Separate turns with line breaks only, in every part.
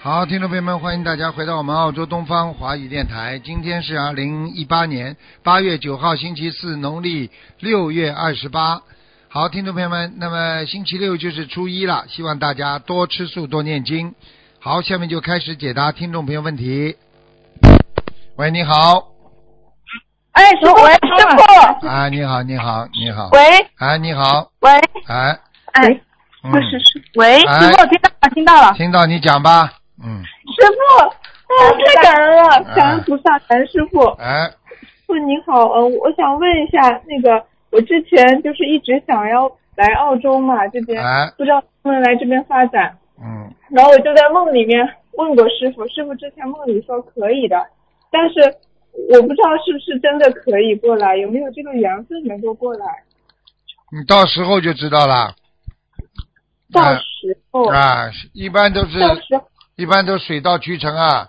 好，听众朋友们，欢迎大家回到我们澳洲东方华语电台。今天是二零一八年八月九号，星期四，农历六月二十八。好，听众朋友们，那么星期六就是初一了，希望大家多吃素，多念经。好，下面就开始解答听众朋友问题。喂，你好。
哎，师傅，喂，师傅，
啊，你好，你好，你好。
喂
哎，你好，
喂，
哎，
哎，
嗯，
喂，
哎
师傅，听到了，听到了，
听到你讲吧，嗯，
师傅，啊，太感恩了，感恩菩萨，感恩师傅。
哎，
师傅您好，呃，我想问一下，那个我之前就是一直想要来澳洲嘛，这边
哎，
不知道能不能来这边发展，
嗯，
然后我就在梦里面问过师傅，师傅之前梦里说可以的，但是我不知道是不是真的可以过来，有没有这个缘分能够过来？
你到时候就知道了。
到时候，
啊，一般都是
到时候
一般都水到渠成啊。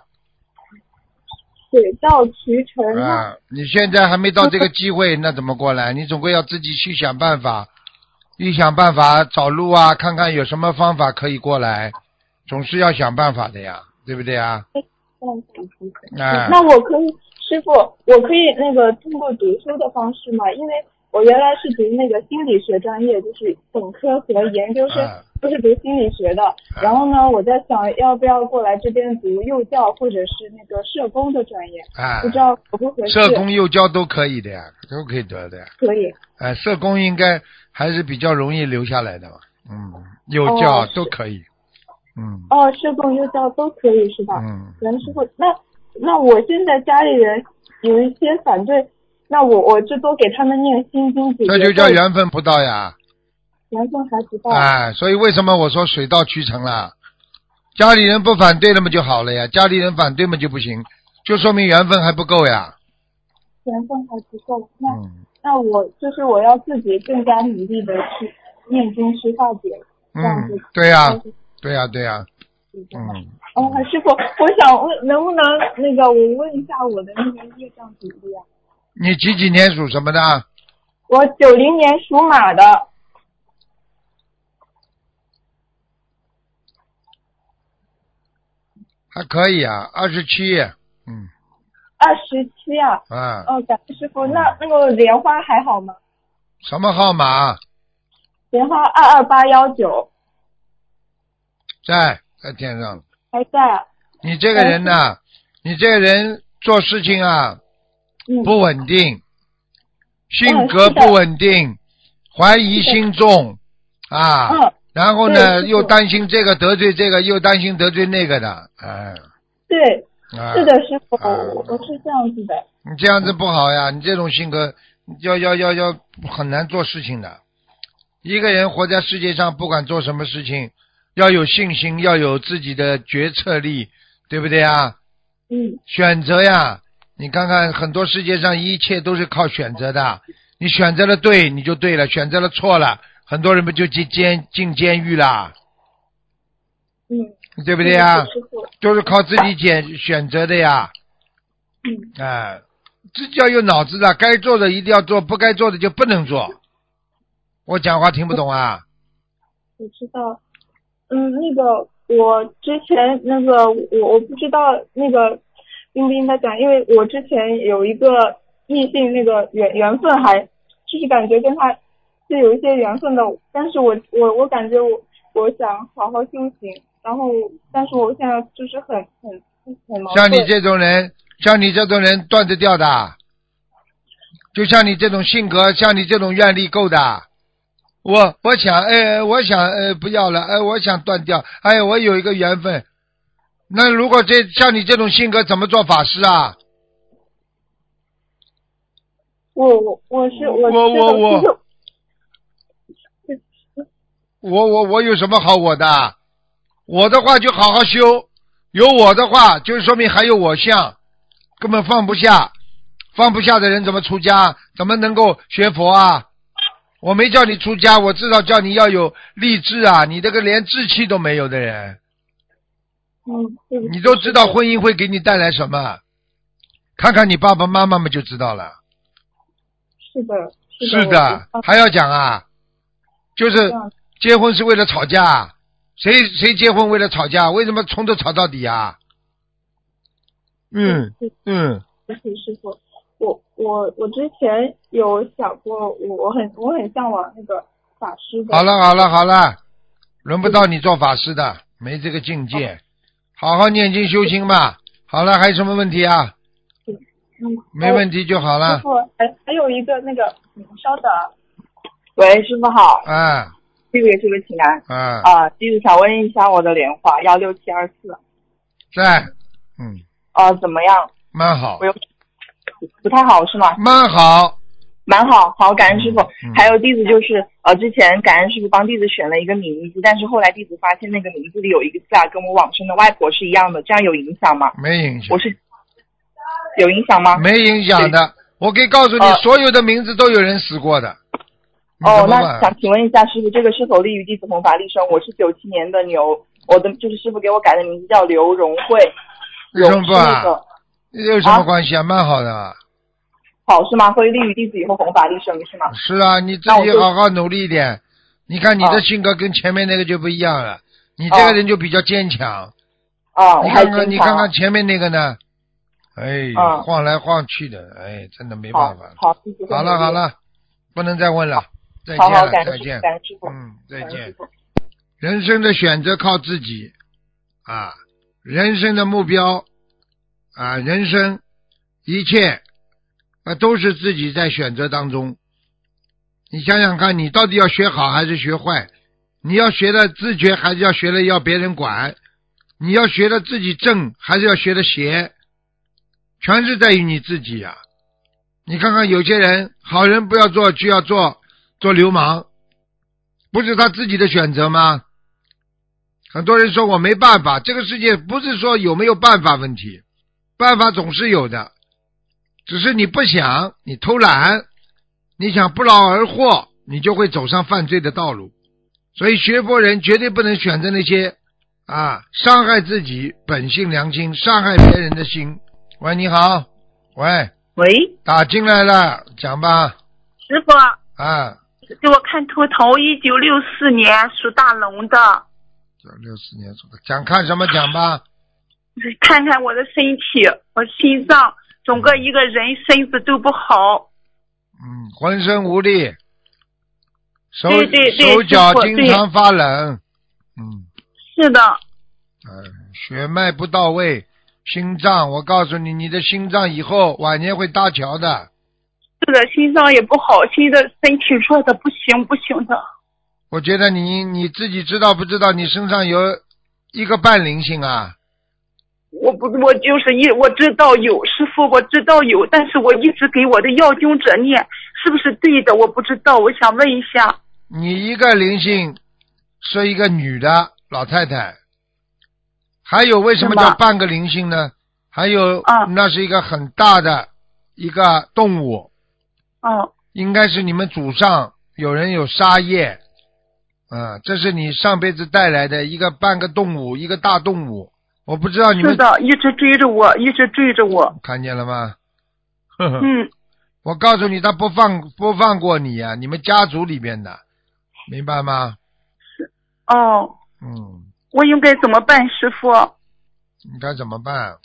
水到渠成那
啊，你现在还没到这个机会，那怎么过来？你总归要自己去想办法，一想办法找路啊，看看有什么方法可以过来，总是要想办法的呀，对不对啊？啊，
那我可以，师傅，我可以那个通过读书的方式嘛？因为我原来是读那个心理学专业，就是本科和研究生
嗯
都是读心理学的。然后呢，我在想要不要过来这边读幼教或者是那个社工的专业，
啊
不，知道合不合适？
社工、幼教都可以的呀，都可以得的呀。
可以，
哎，社工应该还是比较容易留下来的嘛。嗯，幼教
哦是
都可以。嗯
哦，社工、幼教都可以是吧？
嗯，
袁师傅，那那我现在家里人有一些反对，那我我就多给他们念心经解决
这就叫缘分不到呀。
缘分还不到。
哎，所以为什么我说水到渠成啦？家里人不反对了嘛就好了呀，家里人反对嘛就不行，就说明缘分还不够呀。
缘分还不够，那、
嗯
那我就是我要自己更加努力的去念经去化解。这样子
嗯，对呀、
这样子
对呀、对呀、
嗯，
嗯，
哦，师傅，我想问，能不能那个我问一下我的那个业障比例啊？
你几几年属什么的？啊
我九零年属马的，
还可以啊，二十七。嗯
二十七啊。
啊，
哦，感谢师傅。
嗯
那那个莲花还好吗？
什么号码啊
莲花二二八幺九
在在天上了？
还在啊。
你这个人
哎
呐、你这个人做事情啊
嗯，
不稳定，性格不稳定，怀疑心重啊，
嗯，
然后呢
对是的
又担心这个得罪这个，又担心得罪那个的，哎
对，
啊，
是的，师傅，
啊
我我是这样子的。
你这样子不好呀，你这种性格要要要要很难做事情的。一个人活在世界上，不管做什么事情，要有信心，要有自己的决策力，对不对啊？
嗯，
选择呀，你看看很多世界上一切都是靠选择的，你选择了对你就对了，选择了错了，很多人不就进监进监狱啦，
嗯，
对不对呀？
师傅，
都是靠自己选选择的呀，
嗯，
啊、自己要有脑子的，该做的一定要做，不该做的就不能做。我讲话听不懂啊？
我知道，嗯，那个我之前那个我我不知道那个冰冰在讲，因为我之前有一个异性那个缘缘分还，就是感觉跟他是有一些缘分的，但是我我我感觉我我想好好修行，然后但是我现在就是很很很矛
像
盾，
你这种人，像你这种人断得掉的，就像你这种性格，像你这种愿力够的。我我想，哎，我想，呃，不要了，哎，我想断掉，哎，我有一个缘分。那如果这像你这种性格，怎么做法师啊？
我我我是我
我
是的
我
就是
我我我有什么好我的？我的话就好好修，有我的话就是说明还有我相，根本放不下，放不下的人怎么出家？怎么能够学佛啊？我没叫你出家，我至少叫你要有励志啊！你这个连志气都没有的人，
嗯，对不起
你都知道婚姻会给你带来什么？看看你爸爸妈妈们就知道了。
是的
是
的，我知道
还要讲啊，就是
这样
结婚是为了吵架，谁谁结婚为了吵架？为什么从头吵到底啊？嗯嗯，
是师傅，我我我之前有想过，我我很我很向往那个法师的。
好了好了好了，轮不到你做法师的，没这个境界。好好念经修心吧。好了，还有什么问题啊？
嗯，
没问题就好
哎。
了
师。傅，还还有一个那个，嗯，稍等啊。喂，师傅好，
啊
这个也是个请安
啊，
啊，弟子想问一下我的莲花幺六七二四
在，嗯，
啊怎么样？
蛮好
我，有不太好是吗？
蛮好。
蛮好，好，感恩师傅。
嗯
还有弟子就是呃，之前感恩师傅帮弟子选了一个名字，但是后来弟子发现那个名字里有一个字啊，跟我往生的外婆是一样的，这样有影响吗？
没影响
我，是啊有影响吗？
没影响的。我可以告诉你
呃，
所有的名字都有人死过的。你
哦
怎，么办
那想？请问一下师傅，这个是否利于弟子弘法利生？我是九七年的牛，我的就是师傅给我改的名字叫刘荣慧，
为什
荣
么
是
不啊
那个
有什么
啊
关系啊？蛮好的。
好是吗？会利于弟子以后弘法利生是吗？
是啊，你自
那我
己
就
好好努力一点。你看你的
哦
性格跟前面那个就不一样了，你这
哦
个人就比较坚强。
啊，我
你看
还经
看，你看看前面那个呢，哎，
嗯
晃来晃去的，哎，真的没
好啊
办法。
好，弟子会
好
努
了
力
好，了，不能再问了，再
好
见
好
了
感
再
恩师
见
傅，，感恩师傅，
嗯，再
感恩师
见。
傅。
人生的选择靠自己啊，人生的目标啊，人生一切啊都是自己在选择当中。你想想看，你到底要学好还是学坏？你要学的自觉，还是要学的要别人管？你要学的自己正，还是要学的邪？全是在于你自己呀、你看看有些人，好人不要做，就要做做流氓，不是他自己的选择吗？很多人说我没办法，这个世界不是说有没有办法问题，办法总是有的，只是你不想，你偷懒，你想不劳而获，你就会走上犯罪的道路。所以学佛人绝对不能选择那些啊伤害自己本性良心、伤害别人的心。喂，你好，喂，
喂，
打进来了，讲吧，
师傅，
啊，
给我看图腾，一九六四年属大龙的，
六四年属的，想看什么讲吧，
看看我的身体，我心脏，整个一个人身子都不好。
嗯，浑身无力，手
对对对
手脚
师傅
经常发冷，嗯，
是的，
呃，血脉不到位，心脏，我告诉你，你的心脏以后晚年会搭桥的。
是的，心脏也不好，现在身体弱的不行不行的。
我觉得你你自己知道不知道，你身上有一个半灵性啊，
我不，我就是一我知道有师傅，我知道有，但是我一直给我的要经者念，是不是对的？我不知道，我想问一下。
你一个灵性是一个女的老太太，还有为什么
是吗
叫半个灵性呢？还有，
啊
那是一个很大的一个动物，
嗯，
应该是你们祖上有人有杀业，啊，这是你上辈子带来的一个半个动物，一个大动物。我不知道你
是
们
的，一直追着我，一直追着我。
看见了吗？呵呵
嗯，
我告诉你，他不放不放过你呀、你们家族里边的，明白吗？
哦，
嗯。
我应该怎么办，师傅？
你该怎么办？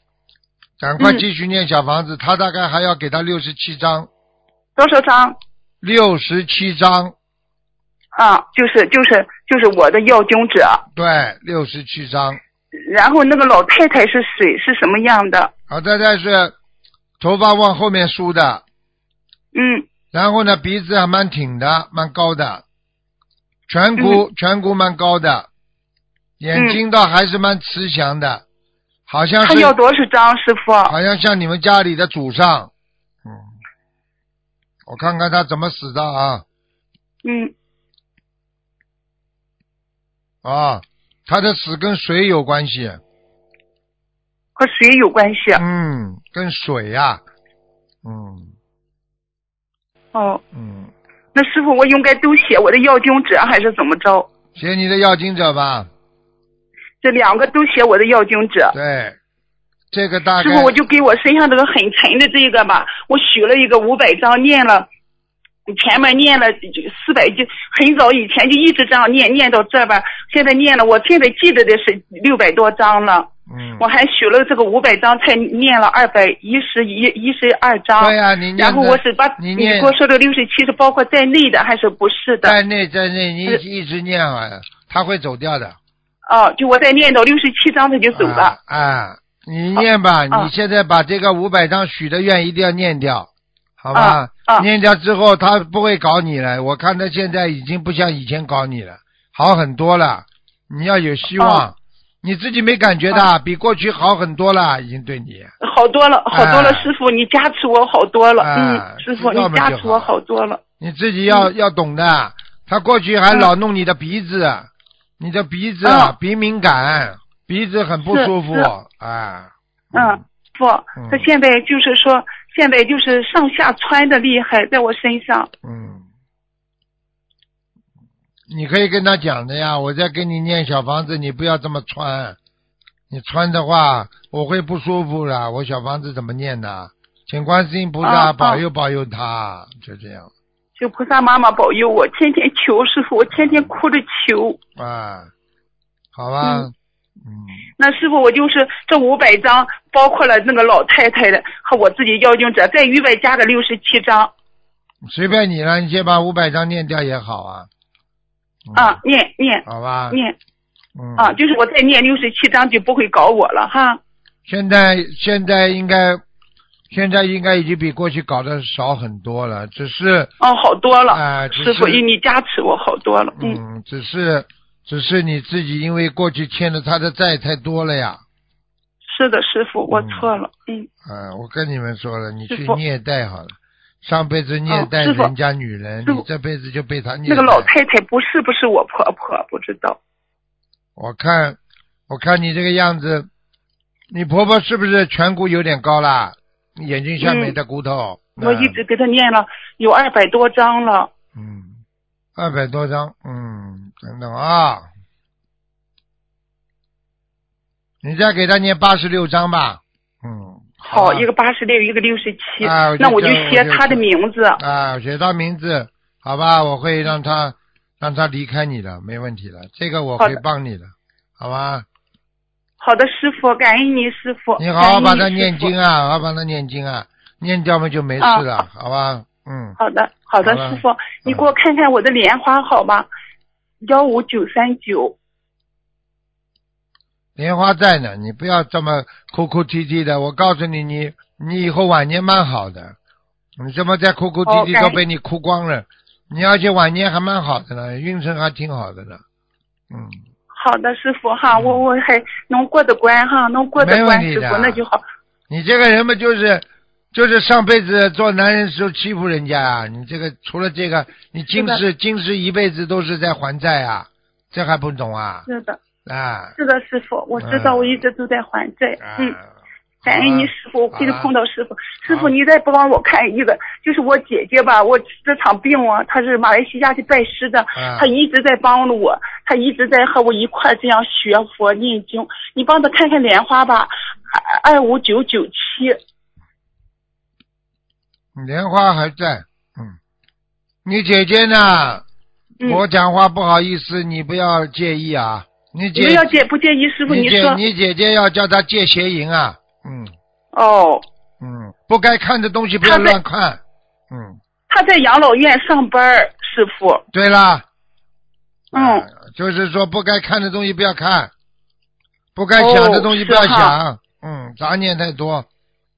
赶快
嗯
继续念小房子，他大概还要给他六十七章，
多少张？
六十七章，
啊，就是就是就是我的要经者。
对，六十七章。
啊然后那个老太太是谁？是什么样的？
老太太是头发往后面梳的，
嗯，
然后呢鼻子还蛮挺的，蛮高的，颧
嗯
骨、颧骨蛮高的，眼睛倒还是蛮慈祥的，好像
她
是
要多少张，师傅？
好像像你们家里的祖上。嗯，我看看他怎么死的啊。
嗯，
啊，他的死跟水有关系，
和谁有关系？啊
嗯，跟水呀、嗯
哦，
嗯，
那师傅，我应该都写我的要经者，还是怎么着？
写你的要经者吧，
这两个都写我的要经者。
对，这个大
师
概
傅，我就给我身上这个很沉的这个吧，我许了一个五百张，念了前面念了四百句，很早以前就一直这样念，念到这边，现在念了，我现在记得的是六百多章了。
嗯
我，还许了这个五百章，才念了二百一十一、一十二章。
对呀、你念的
啊然后我是把
你
你
念
给我说的六十七是包括在内的还是不是的？
在内在内，你
是
一直念啊，他会走掉的。
哦，就我再念到六十七章他就 走了。
啊。啊你念吧，
啊
你现在把这个五百张许的愿一定要念掉，好吧？
啊啊
念掉之后，他不会搞你了。我看他现在已经不像以前搞你了，好很多了。你要有希望，
啊
你自己没感觉的，比过去好很多了，已经对你。
好多了，好多了，
哎
师傅，你加持我好多了，
哎
嗯，师傅，
知道
你
嘛
加
就
持我
好
好多了，
你自己要、
嗯
要懂的。他过去还老弄你的鼻子，你的鼻子、啊
嗯
鼻敏感，鼻子很不
是
舒服
是
啊。
嗯，师傅，他现在就是说，现在就是上下穿的厉害，在我身上，
嗯，你可以跟他讲的呀，我在给你念小房子，你不要这么穿，你穿的话我会不舒服啦。我小房子怎么念呢？请观世音菩
啊
萨
啊
保佑保佑他，就这样
求菩萨妈妈保佑我，天天求师傅，我天天哭着求。
啊，好吧，嗯
那师傅，我就是这五百张，包括了那个老太太的和我自己要经者，再预备加个六十七张
随便你了，你先把五百张念掉也好啊。嗯、
啊，，念念
好吧，
念
嗯
啊，就是我再念六十七张就不会搞我了哈。
现在现在应该现在应该已经比过去搞得少很多了，只是
哦，好多了，
啊只
师傅，
是
因你加持我好多了，嗯，
嗯，只是只是你自己因为过去欠了他的债太多了呀。
是的，师傅，我错了，嗯，
啊，我跟你们说了，你
师
去
傅
虐待好了，上辈子虐
哦
待
师傅
人家女人，
师
你
傅
这辈子就被他虐待。
那个老太太不是不是我婆婆，不知道，
我看我看你这个样子，你婆婆是不是颧骨有点高啦？眼睛下面
嗯
的骨头。
我一直给她念了有二百多张了，
嗯，二百多张，嗯，等等啊，你再给他念八十六章吧，嗯，
好，
吧
一个八十六，一个六十七
啊我就，
那我
这
就
样
写
我就
她的
这
名字，
啊，写他名字，好吧，我会让他让他离开你的，没问题的，这个我
好
会
的
帮你的，好吧？
好的，师傅，感恩你师傅。
你好好把它
感恩你师啊
念
傅
经。啊，好好把它念经啊，念掉嘛就没事了，好吧？嗯，
好的，好的，
好了嗯
师傅，你给我看看我的莲花好吗？幺五九三九，
莲花在呢，你不要这么哭哭啼啼的，我告诉你，你你以后晚年蛮好的，你这么再哭哭啼啼
哦
都
该
被你哭光了，你而且晚年还蛮好的呢，运程还挺好的呢，嗯。
好的，师傅哈，我我还能过得关哈，能过得
没问
关，
题
师
的
傅那就好。
你这个人嘛，就是就是上辈子做男人时候欺负人家啊！你这个除了这个，你今世今世一辈子都是在还债啊，这还不懂啊？
是的，
啊
是的，师傅，我知
嗯
道，我一直都在还债。
啊！
嗯，感恩
好吧
你师傅，我一直
好了
碰到师傅。师
好
傅，你再帮我看一个，就是我姐姐吧，我这场病啊，她是马来西亚去拜师的，
啊
他一直在帮着我，他一直在和我一块儿这样学佛念经。你帮他看看莲花吧，二二五九九七，
莲花还在，嗯。你姐姐呢？
嗯，
我讲话不好意思，你不要介意啊。你
你
姐
们要介不介意师傅？
你姐
说
你姐姐要叫她戒邪淫啊，嗯
哦，
嗯，不该看的东西不要
她在
乱看，嗯。
他在养老院上班儿，师傅。
对啦，
嗯
啊，就是说不该看的东西不要看，不该想的东西不要
哦是
想，
哈
嗯，杂念太多，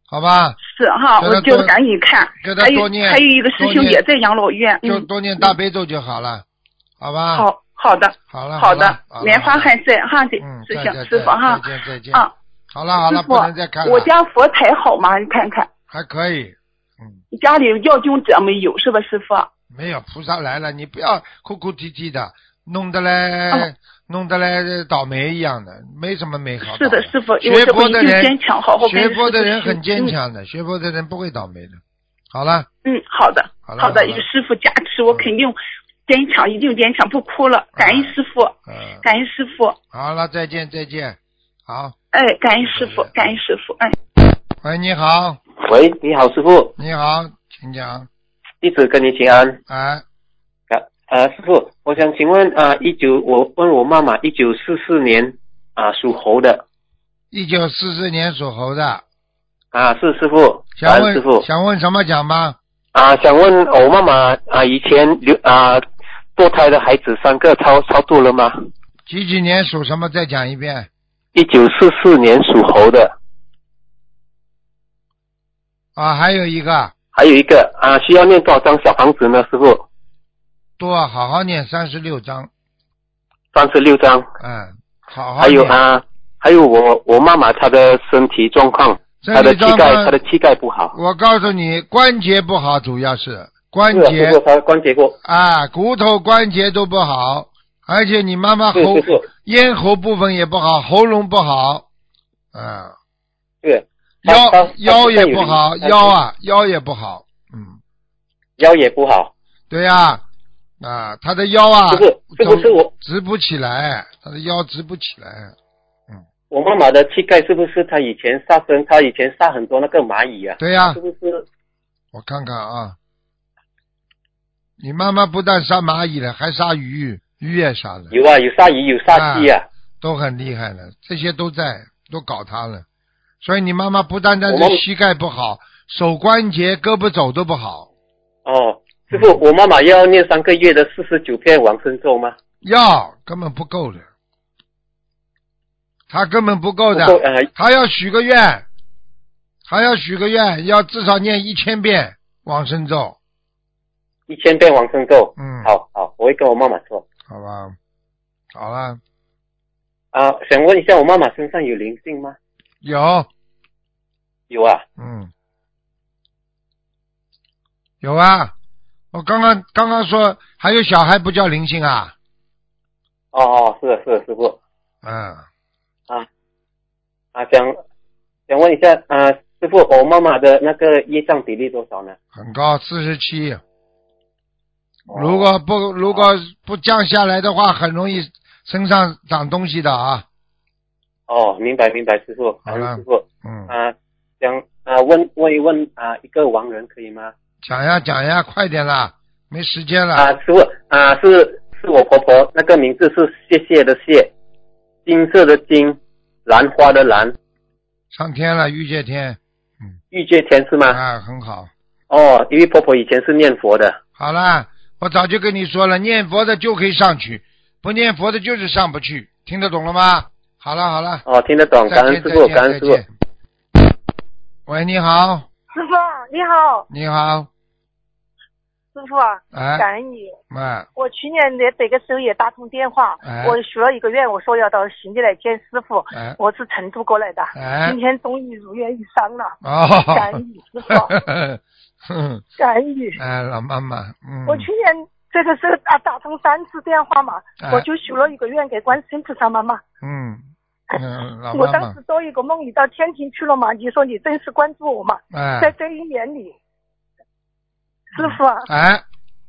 好吧，
是哈，
给他
我
多
就赶紧看。
给他
还有
多念
还有一个师
多
兄
念
也在养老院，
就
嗯，
多念大悲咒就好了，好吧，，
好好的
啊好了，
好
了
的，莲花，还在哈，这
嗯，
师
再
兄
见
师傅哈
再，见再见，
啊，
好了好了，
师傅
不能再看，了，
我家佛台好吗？你看看
还可以，嗯，
家里要经者没有是吧，师傅？
没有菩萨来了，你不要哭哭啼啼的，弄得来、
哦
弄得来倒霉一样的，没什么美好
是的，
倒霉
师傅，因为
学
这不
佛
一
的
定
人
坚强，好好跟
学
着
佛的
师傅
人
学
很坚
嗯
强的，学佛的人不会倒霉的。好了，
嗯，好的，
好了
好
好
的，
了嗯
有师傅加持，我肯定坚强，一定坚强，不哭了。感恩师傅，
嗯、
感恩师傅，
好了，再见，再见。好，
哎，感恩师傅，感恩师傅，哎。
喂，你好，
喂，你好，师傅，
你好，请讲。
弟弟子跟你请安。
哎，
啊，呃，师傅，我想请问啊，一、九我问我妈妈，一九四四年啊属猴的
一九四四年属猴的，
啊，是师傅，
想
感哎恩师傅
问想问什么讲吧？
啊，想问我妈妈啊，以前流啊堕胎的孩子三个超超度了吗？
几几年属什么？再讲一遍。
一九四四年属猴的，
啊，还有一个，
还有一个啊，需要念多少张小房子呢？师傅，
多好好念三十六章，
三十六张，
嗯，好好
还有
念。
啊，还有我我妈妈她的身体状况，
身
她的
体
膝
状
盖
况
她的膝盖不好，
我告诉你，关节不好，主要是关
是啊
节
师傅她关节过，
啊，骨头关节都不好，而且你妈妈
是
喉
师傅，
咽喉部分也不好，喉咙不好，嗯，
是她
腰
她她
腰也
现在有
不好，
灵性
腰啊腰也不好，嗯，
腰也不好，
对呀、啊，他的腰啊，
师傅是不是我
直不起来，他的腰直不起来，
我妈妈的膝盖是不是她以前杀生，她以前杀很多那个蚂蚁啊？
对呀、
是不是？
我看看啊，你妈妈不但杀蚂蚁了，还杀鱼，鱼也杀了，
有啊，有杀蚁，有杀鸡啊。
都很厉害了，这些都在，都搞他了。所以你妈妈不单单
我
是
妈
膝盖不好，手关节、胳膊肘都不好。啊
哦，师傅，我妈妈要念三个月的四十九篇往生咒吗？
药根本不够的，他根本不够的，
不够呃
他要许个愿，还要许个愿，要至少念一千遍往生咒，
一千遍往生咒。
嗯
好好，我会跟我妈妈说。
好吧？好了，
啊，想问一下，我妈妈身上有灵性吗？
有，
有啊。
嗯，有啊，我刚刚刚刚说还有小孩不叫灵性啊，
哦哦，是的是的师傅
嗯，
啊啊，想想问一下啊，师傅，我妈妈的那个业障比例多少呢？
很高，四十七。
哦
如果不如果不降下来的话，很容易身上长东西的啊。
哦，明白明白，师傅，
好
感
了
恩师傅
嗯，
啊，想啊问问一问啊，一个亡人可以吗？
讲呀讲呀，快点啦，没时间了。
啊，师傅啊，是是我婆婆，那个名字是谢谢的谢，金色的金，兰花的兰，
上天了，玉界天
玉界天是吗？
啊，很好。
哦，因为婆婆以前是念佛的。
好啦，我早就跟你说了，念佛的就可以上去，不念佛的就是上不去，听得懂了吗？好了好了，
哦，听得懂，感
再
恩
见
师
再
傅，
见
感恩
再
师傅。
见。喂，你好，
师傅你好，
你好，
师傅啊，
哎，
感恩你。
哎，
我去年的这个时候也打通电话，
哎
我许了一个愿，我说要到悉尼来见师傅。
哎
我是成都过来的，
哎
今，天终于如愿以偿了，
哦，
感恩你 师傅，
哼，
感恩你。
哎，老妈妈，嗯，
我去年这个时候啊打通三次电话嘛，
哎
我就许了一个愿给观世音菩萨妈妈。
嗯，嗯，老
我
妈
当
妈
时，做一个梦，你到天庭去了嘛？你说你真是关注我嘛？
哎，
在这一年里，师傅啊，
哎，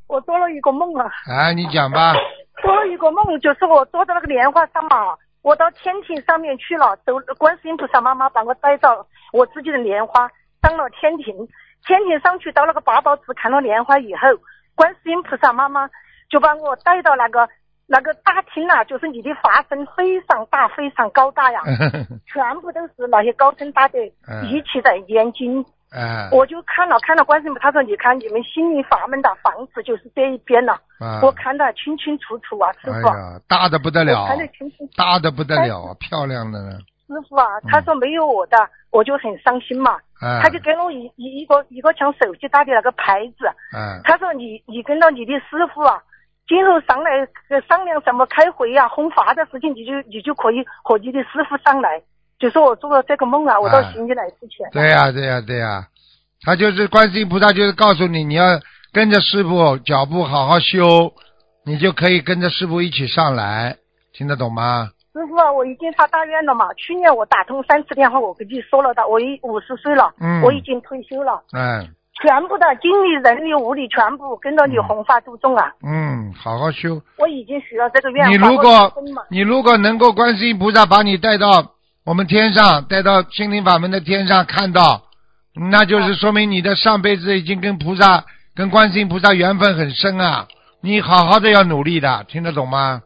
我做了一个梦啊，
哎，你讲吧，
做了一个梦，就是我坐在那个莲花上嘛，我到天庭上面去了，走观世音菩萨妈妈把我带到我自己的莲花，上了天庭，天庭上去到那个八宝池看了莲花以后，观世音菩萨妈妈就把我带到那个那个大厅啊，就是你的法身非常大，非常高大
哎
呀，全部都是那些高僧大德
嗯
一起在念经。
哎，
我就看了看了观世音菩萨，他说：“你看你们心灵法门的房子就是这一边了。”
啊
我看得清清楚楚啊，师
哎
傅，
呀，大的不得了
我，看得清清。
大的不得了，漂亮的呢，
师傅啊，
嗯
他说没有我的，我就很伤心嘛。
哎
他，就给我一一一个一个像手机打的那个牌子，
哎，
他说你你跟到你的师傅啊，今后上来呃商量什么开会呀、弘法的事情，你就你就可以和你的师傅上来。就说我做了这个梦啊，我到
哎
行里来之 前，
对呀，对呀，对呀，他就是观世音菩萨，就是告诉你，你要跟着师傅脚步好好修，你就可以跟着师傅一起上来，听得懂吗？
师傅啊，我已经发大愿了嘛。去年我打通三次电话，我跟你说了的，我已五十岁了，
嗯
我已经退休了，
哎，
全部的精力、人力、物力全部跟着你
嗯
弘法度众啊。
嗯，好好修。
我已经许了这个愿望。
你如
我
果
结婚嘛
你如果能够观世音菩萨把你带到我们天上，带到
哦
心灵法门的天上看到，那就是说明你的上辈子已经跟菩萨跟观世音菩萨缘分很深啊，你好好的要努力的，听得懂吗？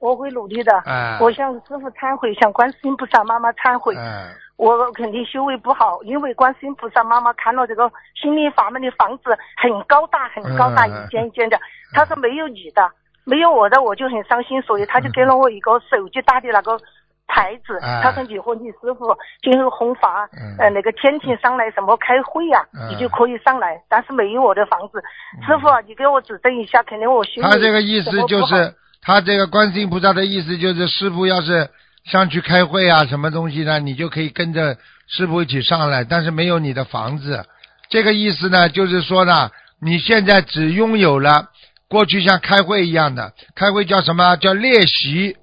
我会努力的。
哎
我向师傅忏悔，向观世音菩萨妈妈忏悔。
嗯，
我肯定修为不好，因为观世音菩萨妈妈看到这个心灵法门的房子很高大，很高大，
嗯嗯嗯
一间一间的。她说没有你的，没有我的，我就很伤心，所以她就给了我一个手机大的那个牌子。
哎
她说你和你师傅今后弘法，
嗯
呃，那个天庭上来什么开会呀、
嗯
你就可以上来，但是没有我的房子。师傅啊，你给我指正一下，肯定我修为
他这个意
怎么
思
不
就
好
是，他这个观世音菩萨的意思就是，师傅要是上去开会啊，什么东西呢，你就可以跟着师傅一起上来，但是没有你的房子。这个意思呢，就是说呢，你现在只拥有了过去像开会一样的，开会叫什么叫列席，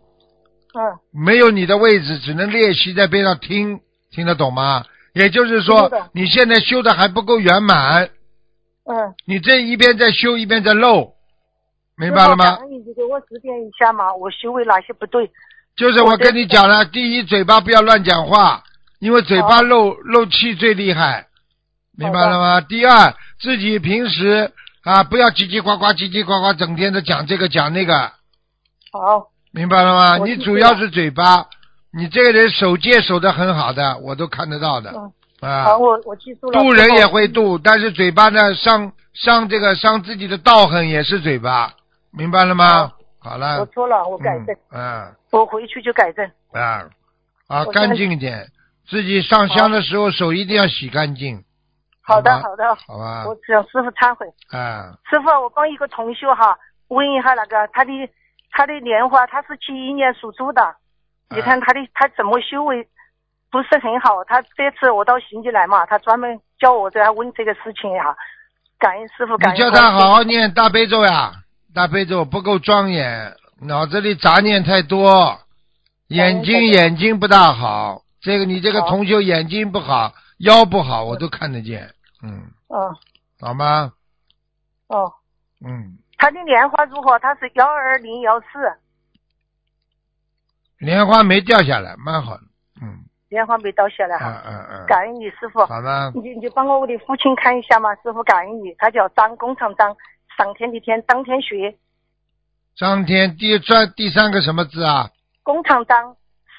嗯，
没有你的位置，只能练习在边上听，听得懂吗？也就是
听得
说
懂，
你现在修的还不够圆满，
嗯，
你这一边在修，一边在漏，明白了
师
吗
傅？感？恩你就给我指点一下嘛，我修为哪些不对？
就是
我
我跟
真
你讲了，第一，嘴巴不要乱讲话，因为嘴巴
好
漏漏气最厉害，明白
好的
了吗？第二，自己平时啊不要叽叽呱呱、叽叽呱呱，整天的讲这个讲那个，
好，
明白了吗？
我
你
记
主
住
要
了
是嘴巴，你这个人守戒守的很好的，我都看得到的
嗯
啊。
好，我我记住了。
渡
师
人
傅
也会渡，但是嘴巴呢，伤伤这个伤自己的道行也是嘴巴，明白了吗？好了，
我错了，我改正，
啊嗯啊
我回去就改正。
啊啊，
我
干
现在
净一点，自己上香的时候手一定要洗干净，
好的，
好吧啊
好的，
好吧？
我向师傅忏悔。
啊，
师傅，我帮一个同学哈，问一下那个他的他的莲花，他是七一年属猪的，
啊
你看他的他怎么修为不是很好？他这次我到邢集来嘛，他专门叫我在问这个事情呀、感恩师傅，感
你叫
恩观
他
世音
好好念大悲咒呀，大悲咒不够庄严，脑子里杂念太多，眼
感
睛
恩
眼睛不大好，这个你这个
好
同修眼睛不好，腰不好，我都看得见，嗯，
嗯
好吗？
哦，
嗯。
他的莲花如何？他是幺二零幺四，
莲花没掉下来，蛮好的。嗯，
莲花没倒下来哈。
嗯嗯嗯，
感恩你师傅，
好吧，
你你帮我我的父亲看一下嘛，师傅感恩你，他叫张工厂张，上天的天，张天学，
张天第三第三个什么字啊？
工厂张，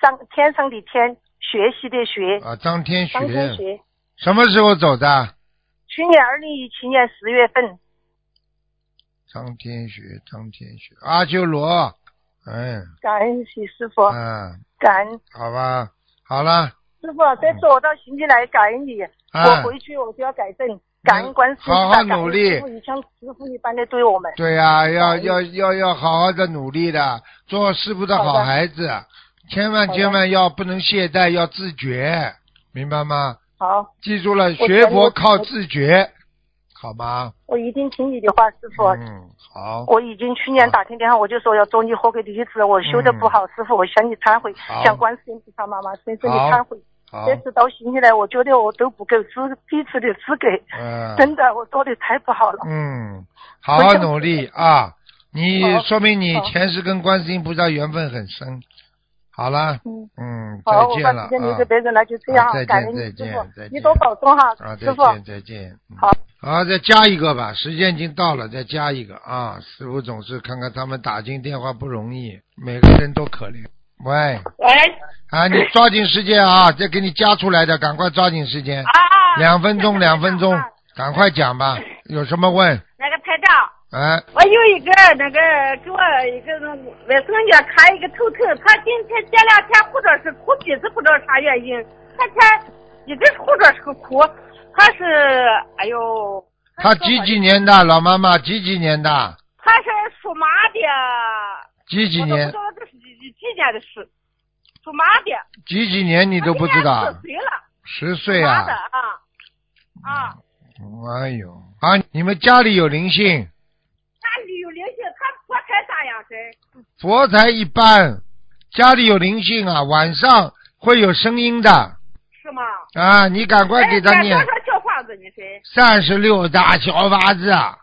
上天上的天，学习的学，
啊，张天
张天
学，
学。
什么时候走的？
去年二零一七年十月份，
张天学，张天学，阿修罗，嗯
感恩你师傅，
嗯，
感恩
好吧，好了，
师傅，这次我到邢台来，感恩你，我
啊，嗯
回去我就要改正，感恩观世音菩萨
好好努力
感恩师傅你像师傅一般的对我们，
对呀、要
感恩
要要要好好的努力的，做师傅的
好
好
的
孩子，千万
好的
千万要不能懈怠，要自觉，明白吗？
好，
记住了，
全
学
力
佛
我
靠自觉，好吗？
我一定听你的话，师傅，
嗯，好。
我已经
啊
去年打听电话，我就说要做你合格的弟子，我修的不好，师傅，我向你忏悔
嗯好，
向观世音菩萨妈妈深深的
好
忏悔。
好，
这次到新西兰，我觉得我都不够资弟子的资格，
嗯，
真的，我做的太不好了。
嗯，好好努力啊！你
好
说明你
好
前世跟观世音菩萨缘分很深。好了，
嗯，
嗯，
好，
再
我
见
把
了
时间留给
啊！
别人了，就这样
好再，见
感恩你
再
师
见
傅
再，见
你多保重哈
啊，，再
师傅。
见，再见。嗯
好，
好，再加一个吧，时间已经到了，再加一个啊！师傅总是看看他们打进电话不容易，每个人都可怜。喂，
喂，
啊，你抓紧时间啊！再给你加出来的，赶快抓紧时间，
啊，
两分钟，两分钟
台长，
赶快讲吧。有什么问？
那个台长，
哎，
我有一个那个给我一个那个外孙女看一个头疼，她今天前两天护着是哭鼻子，不知道啥原因，前天一直护着是哭，她是哎呦，
他几几？年的老妈妈？几几年的？
她是属马的，
几几
我都不
年
知？道这是几几几年的事，属马的，
几几年你都不知道啊
她？今年四岁
十
了，属
岁
马的
啊！
啊啊，
哎呦啊！你们家里有灵性，
家里有灵性，她佛台咋样子？
佛台一般，家里有灵性啊，晚上会有声音的
是吗？
啊！你赶快给他
哎
念
多少小房子？你说
三十六张小房子，
啊？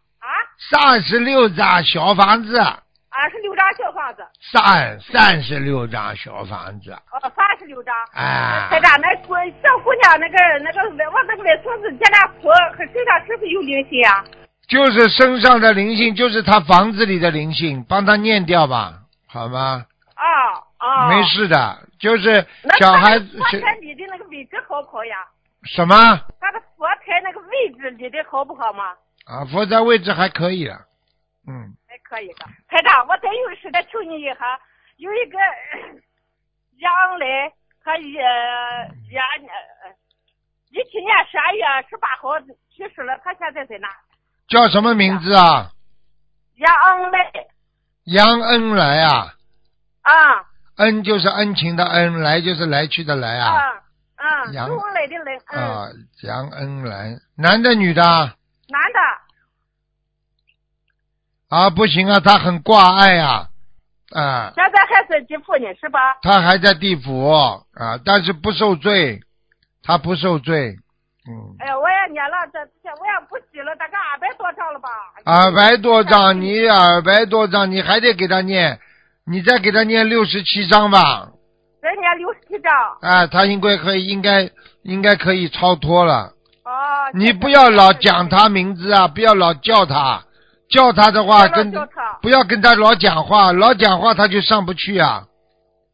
三十六张小房子，啊
二十啊六张小房子，
三三十六张小房子，啊
哦，三十六张。
哎
台长，那姑小姑娘那个那个我那个外孙子，咱俩哭，和身上是不是有灵性啊？
就是身上的灵性，就是他房子里的灵性，帮他念掉吧，好吗？
啊啊，
没。事的，就是
那
小
他
孩
的
子
佛
是
台里的那个位置好不好呀？
什么
他的佛台那个位置理的好不好嘛？
啊，佛在位置还可以了，嗯，
还可以的。台长，我再有事再求你一下，有一个 呃杨磊，呃他也也呃一七年十二月十八号去世了，他现在在哪？
叫什么名字啊？
杨磊
杨恩来啊，
啊
恩就是恩情的恩，来就是来去的来啊，
啊啊，
杨
周恩来的来，嗯，
啊，杨恩来，男的女的啊
男的
啊？不行啊，他很挂碍啊，啊，
现在还在地府呢，是吧？
他还在地府啊，但是不受罪，他不受罪，嗯，
哎呀，我也念了，这这我也不记了，大概二百多张了吧？
二百啊多章，你二百多章，你还得给他念，你再给他念六十七章吧，
再念六十七张。
啊，他应该可以，应该应该可以超脱了。
哦，
你不要老讲他名字啊，不要老叫他，叫他的话
啊，
跟
叫他
不要跟他老讲话，老讲话他就上不去啊。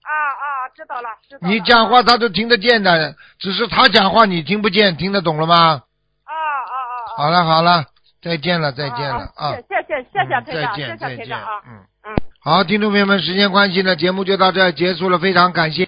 啊啊，知道了，知道了。
你讲话他都听得见的，只是他讲话你听不见，听得懂了吗？
啊啊啊啊！
好了好了，再见了再见了啊！
谢谢谢谢
嗯
台长，
再
谢谢
见再
台
见
长啊。
嗯
嗯。
好，听众朋友们，时间关系呢，节目就到这儿结束了，非常感谢。